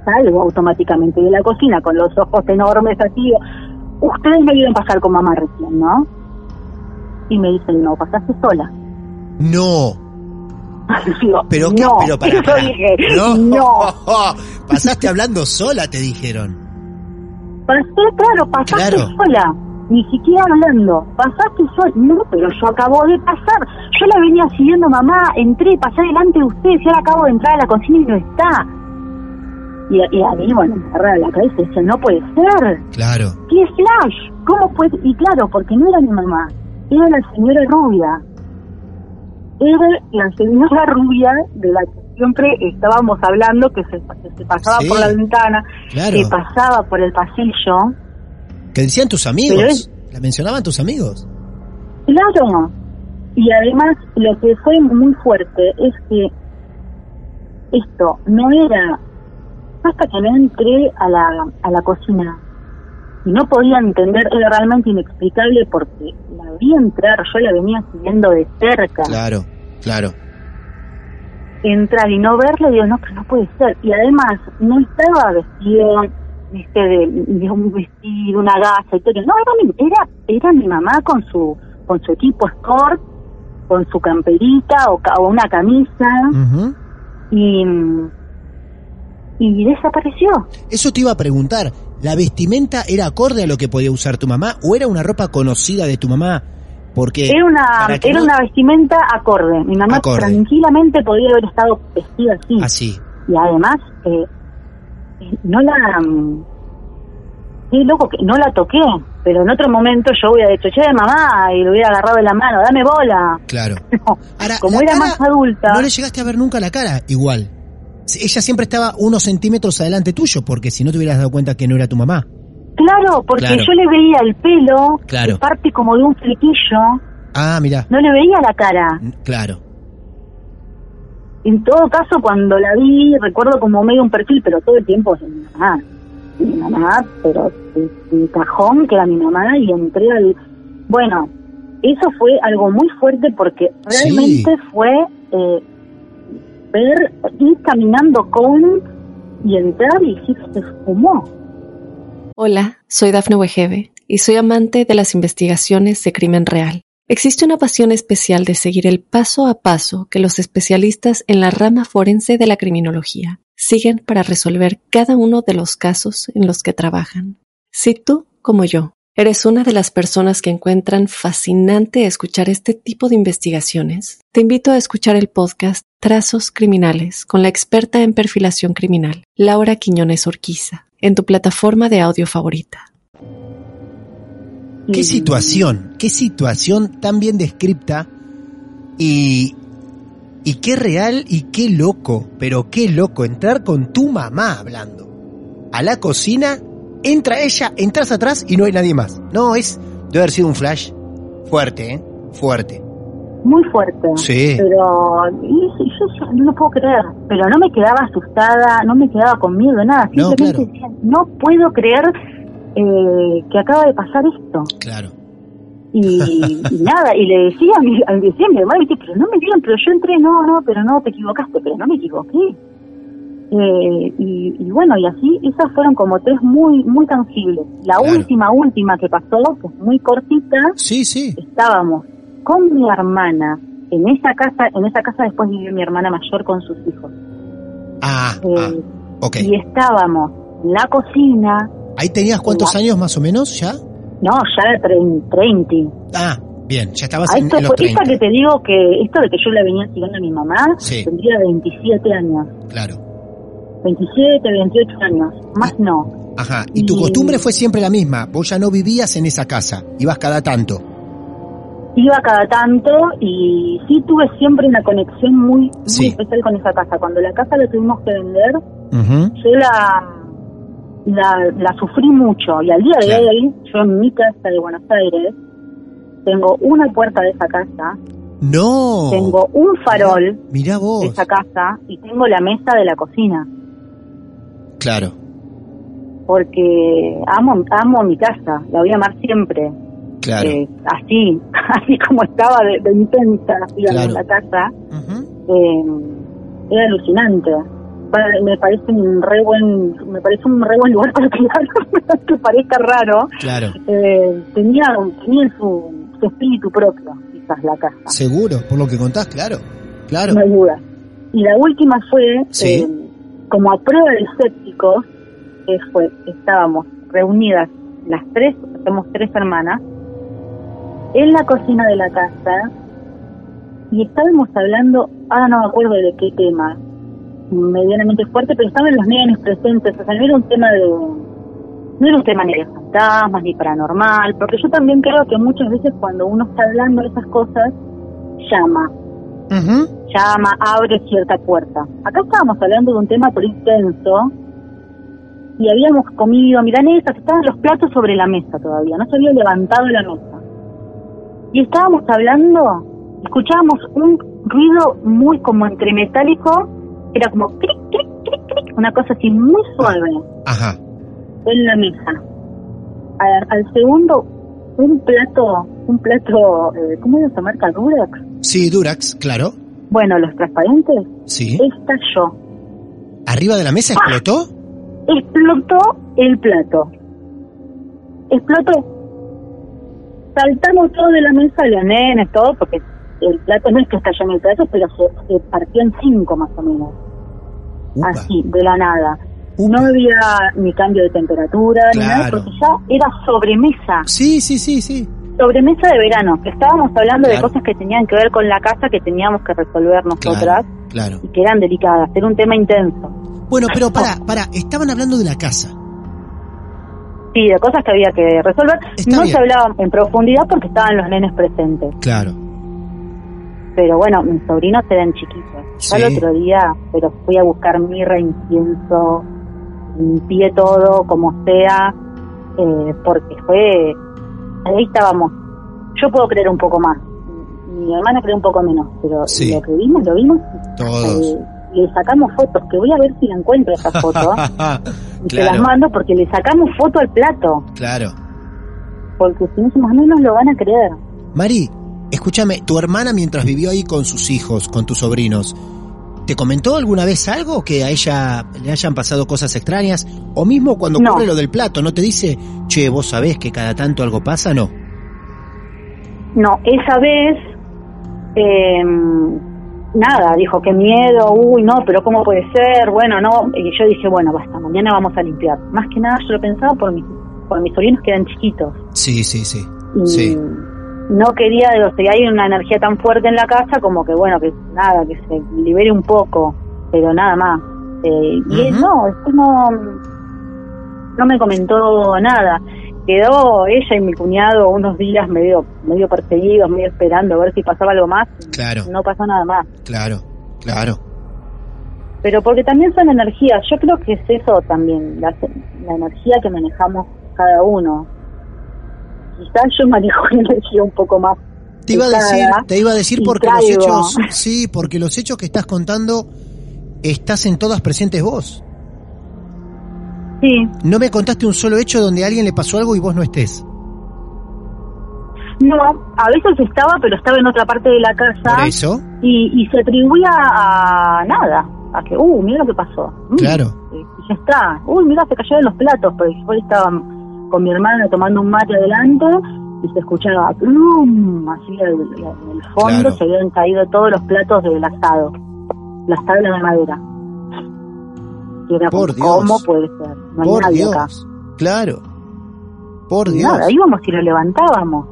Speaker 3: Salgo automáticamente de la cocina con los ojos enormes así. Ustedes me vieron pasar con mamá recién, ¿no? Y me dicen, no, pasaste sola.
Speaker 2: No.
Speaker 3: Digo,
Speaker 2: Pero qué- pero
Speaker 3: no,
Speaker 2: para,
Speaker 3: eso
Speaker 2: para.
Speaker 3: dije,
Speaker 2: No.
Speaker 3: no.
Speaker 2: Pasaste hablando sola, te dijeron.
Speaker 3: Pasé, claro, pasaste
Speaker 2: Claro.
Speaker 3: sola. Ni siquiera hablando. Pasaste sola. No, pero yo acabo de pasar. Yo la venía siguiendo, mamá. Entré, pasé delante de ustedes y ahora acabo de entrar a la cocina y no está. Y, y a mí, bueno, me agarraba la cabeza y decía, no puede ser.
Speaker 2: Claro.
Speaker 3: ¿Qué flash? ¿Cómo puede? Y claro, porque no era mi mamá. Era la señora rubia. Era la señora rubia de la que siempre estábamos hablando, que se, que se pasaba
Speaker 2: Sí.
Speaker 3: por la ventana,
Speaker 2: Claro.
Speaker 3: que pasaba por el pasillo.
Speaker 2: Que decían tus
Speaker 3: Pero
Speaker 2: amigos.
Speaker 3: es-
Speaker 2: La mencionaban tus amigos.
Speaker 3: Claro. Y además lo que fue muy fuerte es que esto no era hasta que no entré a la, a la cocina. Y no podía entender, era realmente inexplicable porque la vi entrar, yo la venía siguiendo de cerca.
Speaker 2: Claro, claro.
Speaker 3: Entrar y no verla, digo, no, pero no puede ser. Y además, no estaba vestido viste, de, de un vestido, una gasa y todo. No, era mi, era, era mi mamá con su, con su equipo escort, con su camperita o, ca- o una camisa.
Speaker 2: Ujú.
Speaker 3: Y,
Speaker 2: Mm.
Speaker 3: y desapareció.
Speaker 2: Eso te iba a preguntar. ¿La vestimenta era acorde a lo que podía usar tu mamá o era una ropa conocida de tu mamá? Porque
Speaker 3: Era una,
Speaker 2: para que
Speaker 3: era
Speaker 2: no-
Speaker 3: una vestimenta acorde. Mi mamá
Speaker 2: Acorde.
Speaker 3: tranquilamente podía haber estado vestida así.
Speaker 2: así.
Speaker 3: Y además, eh, eh, no la... mm, Qué loco que no la toqué, pero en otro momento yo hubiera dicho, che, mamá, y le hubiera agarrado de la mano, dame bola.
Speaker 2: Claro.
Speaker 3: No,
Speaker 2: Ahora,
Speaker 3: como
Speaker 2: la
Speaker 3: era
Speaker 2: cara
Speaker 3: más adulta,
Speaker 2: No le llegaste a ver nunca la cara, igual. Si- Ella siempre estaba unos centímetros adelante tuyo, porque si no te hubieras dado cuenta que no era tu mamá.
Speaker 3: claro, porque
Speaker 2: Claro.
Speaker 3: yo le veía el pelo,
Speaker 2: Claro.
Speaker 3: que parte como de un flequillo,
Speaker 2: Ah, mira,
Speaker 3: no le veía la cara.
Speaker 2: claro.
Speaker 3: En todo caso, cuando la vi, recuerdo como medio un perfil, pero todo el tiempo de mi mamá. Mi mamá, pero de, de cajón que era mi mamá, y entré al. Bueno, eso fue algo muy fuerte porque
Speaker 2: Sí.
Speaker 3: realmente fue eh, ver, ir caminando con y entrar y sí se fumó.
Speaker 4: Hola, soy Dafne Wegebe y soy amante de las investigaciones de crimen real. Existe una pasión especial de seguir el paso a paso que los especialistas en la rama forense de la criminología siguen para resolver cada uno de los casos en los que trabajan. Si tú, como yo, eres una de las personas que encuentran fascinante escuchar este tipo de investigaciones, te invito a escuchar el podcast Trazos Criminales con la experta en perfilación criminal, Laura Quiñones Orquiza, en tu plataforma de audio favorita.
Speaker 3: Y-
Speaker 2: Qué situación, qué situación tan bien descripta y, y qué real y qué loco, pero qué loco entrar con tu mamá hablando. A la cocina, entra ella, entras atrás y no hay nadie más. No, es, debe haber sido un flash fuerte, ¿eh? Fuerte.
Speaker 3: Muy fuerte.
Speaker 2: Sí.
Speaker 3: Pero y- y yo, yo no lo puedo creer. Pero no me quedaba asustada, no me quedaba con miedo, nada.
Speaker 2: No,
Speaker 3: Simplemente
Speaker 2: claro.
Speaker 3: decía, no puedo creer eh, que acaba de pasar esto.
Speaker 2: Claro.
Speaker 3: Y, y nada, y le decía a mi, a mi- decía a mi hermano, viste, pero no me digan, pero yo entré, no, no, pero no, te equivocaste, pero no me equivoqué. Eh, y, y bueno, y así, esas fueron como tres muy, muy tangibles. La
Speaker 2: Claro.
Speaker 3: última, última que pasó, que es muy cortita,
Speaker 2: Sí, sí.
Speaker 3: estábamos con mi hermana en esa casa, en esa casa después vivió mi hermana mayor con sus hijos.
Speaker 2: Ah,
Speaker 3: Eh,
Speaker 2: ah, ok.
Speaker 3: Y estábamos en la cocina,
Speaker 2: Ahí tenías cuántos años más o menos ya?
Speaker 3: no, ya de trein- 30.
Speaker 2: Ah, bien, ya estabas
Speaker 3: A
Speaker 2: en,
Speaker 3: esto
Speaker 2: en los
Speaker 3: fue- esta
Speaker 2: 30.
Speaker 3: que te digo que, esto de que yo la venía siguiendo a mi mamá,
Speaker 2: Sí.
Speaker 3: tendría 27 años,
Speaker 2: Claro.
Speaker 3: 27, 28 años, más no.
Speaker 2: Ajá, y tu
Speaker 3: Y-
Speaker 2: costumbre fue siempre la misma. Vos ya no vivías en esa casa, ibas cada tanto.
Speaker 3: Iba cada tanto y sí tuve siempre una conexión muy, muy
Speaker 2: Sí.
Speaker 3: especial con esa casa. Cuando la casa la tuvimos que vender, yo la, la, la sufrí mucho y al día de
Speaker 2: Claro.
Speaker 3: hoy, yo en mi casa de Buenos Aires, tengo una puerta de esa casa,
Speaker 2: No.
Speaker 3: tengo un farol
Speaker 2: Mirá, mirá
Speaker 3: de
Speaker 2: vos.
Speaker 3: esa casa y tengo la mesa de la cocina,
Speaker 2: Claro.
Speaker 3: porque amo, amo mi casa, la voy a amar siempre,
Speaker 2: Claro.
Speaker 3: eh, así, así como estaba de, de intensa digamos,
Speaker 2: Claro.
Speaker 3: la casa,
Speaker 2: Ujú.
Speaker 3: eh, era alucinante. Pa- Me parece un re buen, me parece un re buen lugar para quedarme, que parezca raro.
Speaker 2: Claro.
Speaker 3: eh, tenía, tenía su, su espíritu propio, quizás la casa,
Speaker 2: Seguro, por lo que contás, claro. Claro.
Speaker 3: no hay duda. Y la última fue,
Speaker 2: Sí.
Speaker 3: eh, como a prueba de escépticos, que fue, estábamos reunidas las tres, somos tres hermanas, en la cocina de la casa y estábamos hablando, ahora no me acuerdo de qué tema, medianamente fuerte, pero estaban los nenes presentes, o sea, no era un tema de... No era un tema ni de fantasmas, ni paranormal, porque yo también creo que muchas veces cuando uno está hablando de esas cosas, llama,
Speaker 2: Ujú.
Speaker 3: llama, abre cierta puerta. Acá estábamos hablando de un tema por intenso y habíamos comido milanesas, estaban los platos sobre la mesa todavía, no se había levantado la mesa. Y estábamos hablando, escuchábamos un ruido muy como entre metálico, era como clic, clic, clic, clic, una cosa así muy suave,
Speaker 2: Ajá.
Speaker 3: en la mesa. A- al segundo, un plato, un plato, eh, ¿cómo se marca? Durex.
Speaker 2: Sí, Durax, claro.
Speaker 3: Bueno, los transparentes,
Speaker 2: Sí.
Speaker 3: estalló.
Speaker 2: ¿Arriba de la
Speaker 3: Ah.
Speaker 2: mesa explotó?
Speaker 3: Explotó el plato. Explotó. Saltamos todos de la mesa, los nenes, todo, porque el plato no es que estalló en el plato, pero se, se partió en cinco más o menos.
Speaker 2: Upa,
Speaker 3: Así, de la nada.
Speaker 2: upa.
Speaker 3: No había ni cambio de temperatura, ni nada,
Speaker 2: Claro.
Speaker 3: porque ya era sobremesa.
Speaker 2: Sí, sí, sí, sí.
Speaker 3: Sobremesa de verano. Estábamos hablando de
Speaker 2: Claro.
Speaker 3: cosas que tenían que ver con la casa que teníamos que resolver nosotras
Speaker 2: Claro, claro.
Speaker 3: y que eran delicadas. Era un tema intenso.
Speaker 2: Bueno, pero
Speaker 3: Ah.
Speaker 2: pará, pará, estaban hablando de la casa.
Speaker 3: Sí, de cosas que había que resolver.
Speaker 2: Está
Speaker 3: no
Speaker 2: bien.
Speaker 3: se hablaba en profundidad porque estaban los nenes presentes.
Speaker 2: Claro.
Speaker 3: Pero bueno, mis sobrinos eran chiquitos. Yo
Speaker 2: Sí.
Speaker 3: el otro día, pero fui a buscar mirra, incienso, limpié todo como sea, eh, porque fue. Ahí estábamos. Yo puedo creer un poco más. Mi hermana cree un poco menos, pero
Speaker 2: Sí.
Speaker 3: lo que vimos, lo vimos.
Speaker 2: Todos.
Speaker 3: eh, le sacamos fotos, que voy a ver si la encuentro esa foto. y te las
Speaker 2: claro,
Speaker 3: mando porque le sacamos foto al plato.
Speaker 2: claro.
Speaker 3: porque si no, más o menos lo van a creer.
Speaker 2: Mari, escúchame, tu hermana mientras vivió ahí con sus hijos, con tus sobrinos, ¿te comentó alguna vez algo que a ella le hayan pasado cosas extrañas? O mismo cuando
Speaker 3: No.
Speaker 2: ocurre lo del plato, ¿no te dice, che, vos sabés que cada tanto algo pasa? No.
Speaker 3: No, esa vez, eh, nada, dijo que miedo, uy, no, pero ¿cómo puede ser? Bueno, no, y yo dije, bueno, basta, mañana vamos a limpiar. Más que nada yo lo pensaba por mis, por mis sobrinos que eran chiquitos.
Speaker 2: Sí, sí, sí.
Speaker 3: Y
Speaker 2: Sí.
Speaker 3: No quería, o sea, hay una energía tan fuerte en la casa como que, bueno, que nada, que se libere un poco, pero nada más. Eh, y él,
Speaker 2: Ujú.
Speaker 3: no, después no, no me comentó nada. Quedó ella y mi cuñado unos días medio, medio perseguidos, medio esperando a ver si pasaba algo más.
Speaker 2: Claro,
Speaker 3: No pasó nada más.
Speaker 2: claro, claro.
Speaker 3: Pero porque también son energías, yo creo que es eso también, la, la energía que manejamos cada uno. Quizás yo manejo una energía un poco más
Speaker 2: Te iba a decir,
Speaker 3: pesada.
Speaker 2: te iba a decir
Speaker 3: Y
Speaker 2: porque los
Speaker 3: traigo.
Speaker 2: hechos, sí, porque los hechos que estás contando estás en todas presentes vos.
Speaker 3: Sí,
Speaker 2: No me contaste un solo hecho donde a alguien le pasó algo y vos no estés.
Speaker 3: no, a veces estaba, pero estaba en otra parte de la
Speaker 2: Por
Speaker 3: casa
Speaker 2: eso,
Speaker 3: y, y se atribuía a nada, a que, uh, mira lo que pasó. Mm,
Speaker 2: claro,
Speaker 3: eh, ya está, uy, mira, se cayeron los platos, pero yo estaba con mi hermana tomando un mate adelante y se escuchaba, plum, así en el, en el fondo
Speaker 2: Claro.
Speaker 3: se habían caído todos los platos del asado, las tablas de madera. Y era,
Speaker 2: Por
Speaker 3: ¿Cómo
Speaker 2: Dios.
Speaker 3: puede ser? No hay
Speaker 2: por
Speaker 3: nadie acá.
Speaker 2: Dios. Claro. Por
Speaker 3: Y
Speaker 2: Dios.
Speaker 3: Nada, íbamos y lo levantábamos.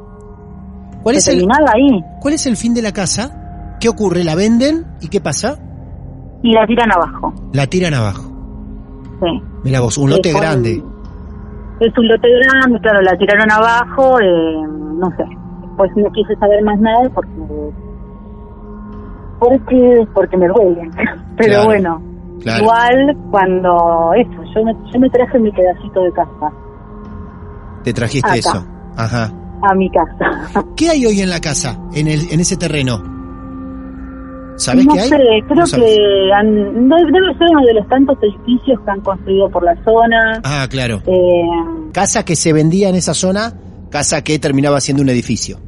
Speaker 2: ¿Cuál es
Speaker 3: se
Speaker 2: el
Speaker 3: terminaba ahí
Speaker 2: cuál es el fin de la casa? ¿Qué ocurre? ¿La venden y qué pasa?
Speaker 3: y la tiran abajo.
Speaker 2: La tiran abajo.
Speaker 3: Sí.
Speaker 2: Mira vos, un lote
Speaker 3: Es un-
Speaker 2: grande.
Speaker 3: Eh, Es un lote grande, claro, la tiraron abajo, eh, no sé. Pues no quise saber más nada porque. Porque, porque me duele. Pero
Speaker 2: Claro,
Speaker 3: bueno,
Speaker 2: Claro.
Speaker 3: igual cuando. Eso, yo me, yo me traje mi pedacito de casa,
Speaker 2: Te trajiste
Speaker 3: Acá.
Speaker 2: eso. Ajá.
Speaker 3: a mi casa.
Speaker 2: ¿Qué hay hoy en la casa? En el en ese terreno. ¿Sabés
Speaker 3: no
Speaker 2: qué hay?
Speaker 3: sé, creo
Speaker 2: No sabés.
Speaker 3: que. han- de- debe ser uno de los tantos edificios que han construido por la zona.
Speaker 2: Ah, claro.
Speaker 3: Eh,
Speaker 2: Casa que se vendía en esa zona, casa que terminaba siendo un edificio.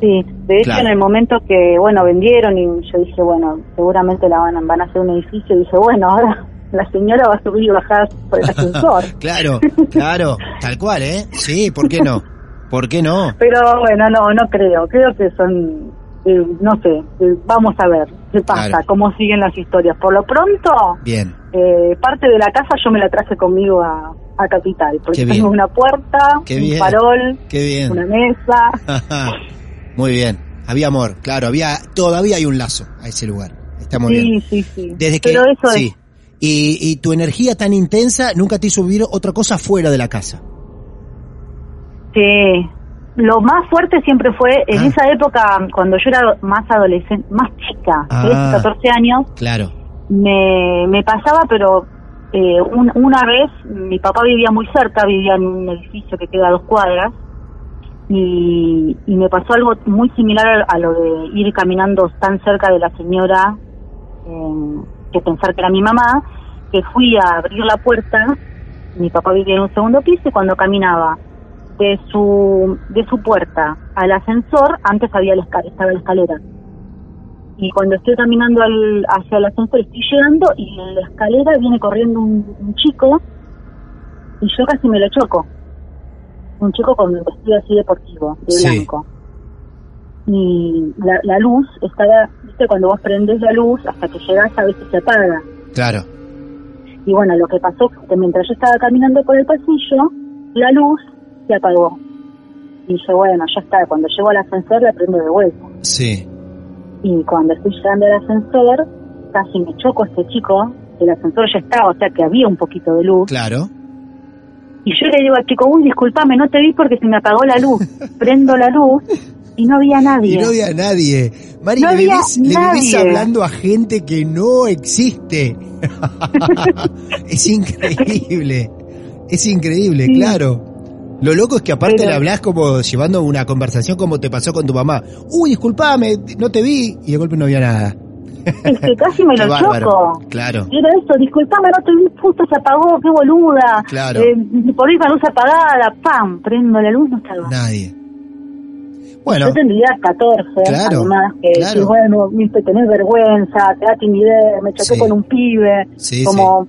Speaker 3: Sí, de hecho
Speaker 2: Claro.
Speaker 3: en el momento que, bueno, vendieron y yo dije, bueno, seguramente la van, a- van a hacer un edificio, y dije, bueno, ahora la señora va a subir y bajar por el ascensor.
Speaker 2: Claro, claro, tal cual, ¿eh? Sí, ¿por qué no? ¿Por qué no?
Speaker 3: Pero bueno, no, no creo, creo que son, eh, no sé, eh, vamos a ver qué pasa,
Speaker 2: Claro.
Speaker 3: cómo siguen las historias. Por lo pronto,
Speaker 2: Bien,
Speaker 3: eh, parte de la casa yo me la traje conmigo a, a Capital,
Speaker 2: Qué
Speaker 3: porque
Speaker 2: bien.
Speaker 3: tengo una puerta,
Speaker 2: Qué
Speaker 3: un
Speaker 2: bien.
Speaker 3: farol,
Speaker 2: qué bien.
Speaker 3: una mesa.
Speaker 2: Muy bien. Había amor, claro, había todavía hay un lazo a ese lugar. Está muy
Speaker 3: sí,
Speaker 2: bien.
Speaker 3: sí, sí.
Speaker 2: Desde que
Speaker 3: Pero eso es
Speaker 2: sí. Y, y tu energía tan intensa nunca te hizo vivir otra cosa fuera de la casa.
Speaker 3: Sí. Lo más fuerte siempre fue en
Speaker 2: Ah.
Speaker 3: esa época, cuando yo era más adolescente, más chica,
Speaker 2: Ah.
Speaker 3: 13, 14 años,
Speaker 2: Claro.
Speaker 3: me, me pasaba, pero eh, un- una vez mi papá vivía muy cerca, vivía en un edificio que queda a dos cuadras, y, y me pasó algo muy similar a, a lo de ir caminando tan cerca de la señora eh, que pensar que era mi mamá, que fui a abrir la puerta, mi papá vivía en un segundo piso y cuando caminaba de su, de su puerta al ascensor, antes había la escalera, estaba la escalera. Y cuando estoy caminando al, hacia el ascensor, estoy llegando y en la escalera viene corriendo un, un chico y yo casi me lo choco. Un chico con un vestido así deportivo, de
Speaker 2: Sí.
Speaker 3: blanco. Y la, la luz estaba, viste, cuando vos prendes la luz, hasta que llegas a veces se apaga.
Speaker 2: Claro.
Speaker 3: Y bueno, lo que pasó fue que mientras yo estaba caminando por el pasillo, la luz se apagó. Y yo, bueno, ya está, cuando llego al ascensor la prendo de vuelta.
Speaker 2: Sí.
Speaker 3: Y cuando estoy llegando al ascensor, casi me choco a este chico. El ascensor ya estaba, o sea que había un poquito de luz.
Speaker 2: Claro.
Speaker 3: Y yo le digo al chico, uy, discúlpame, no te vi porque se me apagó la luz. Prendo la luz y no había nadie.
Speaker 2: Y no había nadie. Mari,
Speaker 3: No
Speaker 2: le,
Speaker 3: había
Speaker 2: vivís, le vivís
Speaker 3: nadie.
Speaker 2: hablando a gente que no existe. es increíble. Es increíble,
Speaker 3: Sí.
Speaker 2: claro. Lo loco es que aparte
Speaker 3: Pero-
Speaker 2: le hablas como llevando una conversación como te pasó con tu mamá. Uy, disculpame, no te vi. Y de golpe no había nada.
Speaker 3: Es que casi me
Speaker 2: Qué
Speaker 3: lo
Speaker 2: bárbaro.
Speaker 3: choco.
Speaker 2: Claro.
Speaker 3: Era eso, disculpame, no te vi, justo se apagó, qué boluda.
Speaker 2: Claro.
Speaker 3: Eh, por ahí con la luz apagada, pam, prendo la luz, no estaba.
Speaker 2: Nadie. Bueno,
Speaker 3: Yo tendría 14,
Speaker 2: Claro,
Speaker 3: además, que
Speaker 2: claro.
Speaker 3: decís, bueno, viste, tenés vergüenza, te da timidez, me choqué
Speaker 2: Sí.
Speaker 3: con un pibe,
Speaker 2: sí, sí.
Speaker 3: como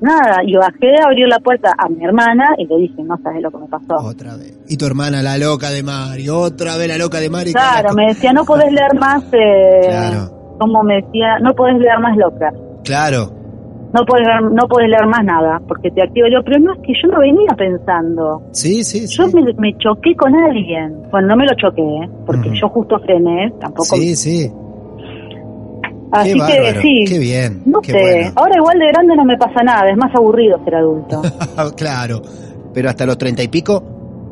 Speaker 3: nada, y bajé a abrir la puerta a mi hermana y le dije, no sabes lo que me pasó.
Speaker 2: Otra vez. Y tu hermana, la loca de Mari. Otra vez la loca de Mari.
Speaker 3: claro,
Speaker 2: Carajo.
Speaker 3: me decía, no podés leer más, eh,
Speaker 2: Claro,
Speaker 3: como me decía, no podés leer más loca.
Speaker 2: claro.
Speaker 3: No podés, leer- no podés leer más nada, porque te activo yo. Pero no es que yo no venía pensando.
Speaker 2: Sí, sí, sí.
Speaker 3: Yo me, me choqué con alguien. Bueno, no me lo choqué, ¿eh? porque
Speaker 2: Ujú.
Speaker 3: yo justo frené, tampoco.
Speaker 2: Sí, sí.
Speaker 3: Así
Speaker 2: qué
Speaker 3: que
Speaker 2: bárbaro.
Speaker 3: sí,
Speaker 2: Qué bien.
Speaker 3: No
Speaker 2: qué
Speaker 3: sé, ahora igual de grande no me pasa nada, es más aburrido ser adulto.
Speaker 2: bueno. claro. Pero hasta los treinta y pico,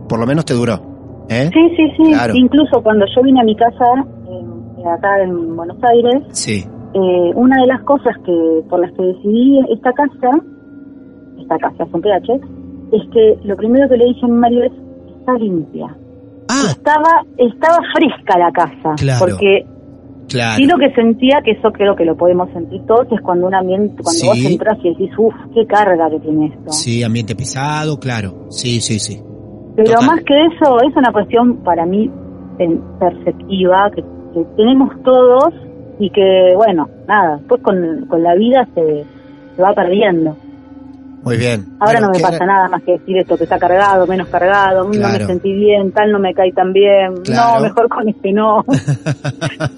Speaker 2: por lo menos te duró. ¿Eh?
Speaker 3: sí, sí, sí,
Speaker 2: Claro.
Speaker 3: incluso cuando yo vine a mi casa, eh, acá en Buenos Aires,
Speaker 2: Sí.
Speaker 3: eh, una de las cosas que por las que decidí esta casa, esta casa es un PH, es que lo primero que le dije a mi marido es, está limpia.
Speaker 2: Ah,
Speaker 3: Estaba, estaba fresca la casa,
Speaker 2: Claro.
Speaker 3: porque
Speaker 2: claro.
Speaker 3: sí lo que sentía, que eso creo que lo podemos sentir todos, es cuando un ambiente, cuando
Speaker 2: Sí.
Speaker 3: vos entras y decís, uff, qué carga que tiene esto.
Speaker 2: Sí, ambiente pesado, claro. Sí, sí, sí.
Speaker 3: Pero
Speaker 2: Total.
Speaker 3: más que eso, es una cuestión para mí en- perceptiva que, que tenemos todos y que, bueno, nada, después con, con la vida se, se va perdiendo.
Speaker 2: Muy bien.
Speaker 3: Ahora
Speaker 2: Bueno,
Speaker 3: no me
Speaker 2: qué
Speaker 3: pasa
Speaker 2: gra-
Speaker 3: nada más que decir esto, que está cargado, menos cargado, "Mm, no
Speaker 2: Claro.
Speaker 3: me sentí bien, tal no me caí tan bien,
Speaker 2: Claro.
Speaker 3: no, mejor con este no.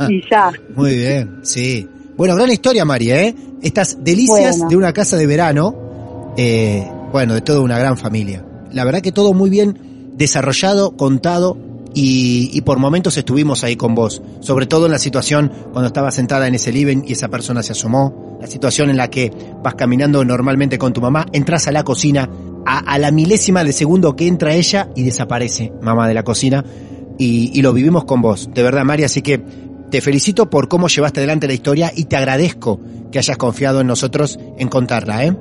Speaker 3: y ya,
Speaker 2: Muy bien, sí. Bueno, gran historia, Mari, ¿eh? Estas delicias
Speaker 3: Bueno.
Speaker 2: de una casa de verano, eh, bueno, de toda una gran familia. La verdad que todo muy bien desarrollado, contado y, y por momentos estuvimos ahí con vos. Sobre todo en la situación cuando estaba sentada en ese living y esa persona se asomó. La situación en la que vas caminando normalmente con tu mamá, entras a la cocina, a, a la milésima de segundo que entra ella y desaparece mamá de la cocina. Y, y lo vivimos con vos, de verdad, Mari. Así que te felicito por cómo llevaste adelante la historia y te agradezco que hayas confiado en nosotros en contarla, ¿eh?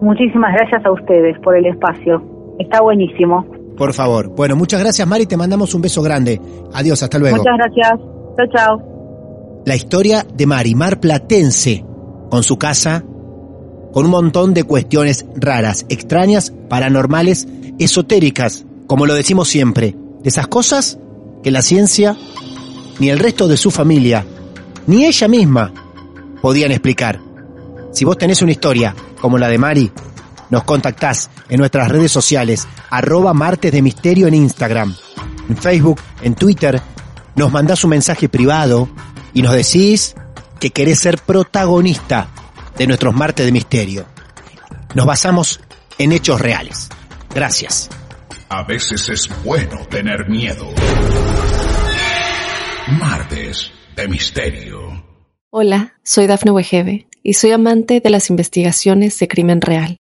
Speaker 3: muchísimas gracias a ustedes por el espacio, está buenísimo.
Speaker 2: Por favor. Bueno, muchas gracias, Mari. Te mandamos un beso grande. Adiós, hasta luego.
Speaker 3: Muchas gracias, chao, chao.
Speaker 2: la historia de Marimar Platense, con su casa, con un montón de cuestiones raras, extrañas, paranormales, esotéricas, como lo decimos siempre, de esas cosas que la ciencia, ni el resto de su familia, ni ella misma podían explicar. Si vos tenés una historia como la de Mari, nos contactás en nuestras redes sociales, arroba martes de misterio en Instagram, en Facebook, en Twitter, nos mandás un mensaje privado y nos decís que querés ser protagonista de nuestros martes de misterio. Nos basamos en hechos reales. Gracias.
Speaker 1: A veces es bueno tener miedo. Martes de Misterio.
Speaker 4: Hola, soy Dafne Wegebe y soy amante de las investigaciones de crimen real.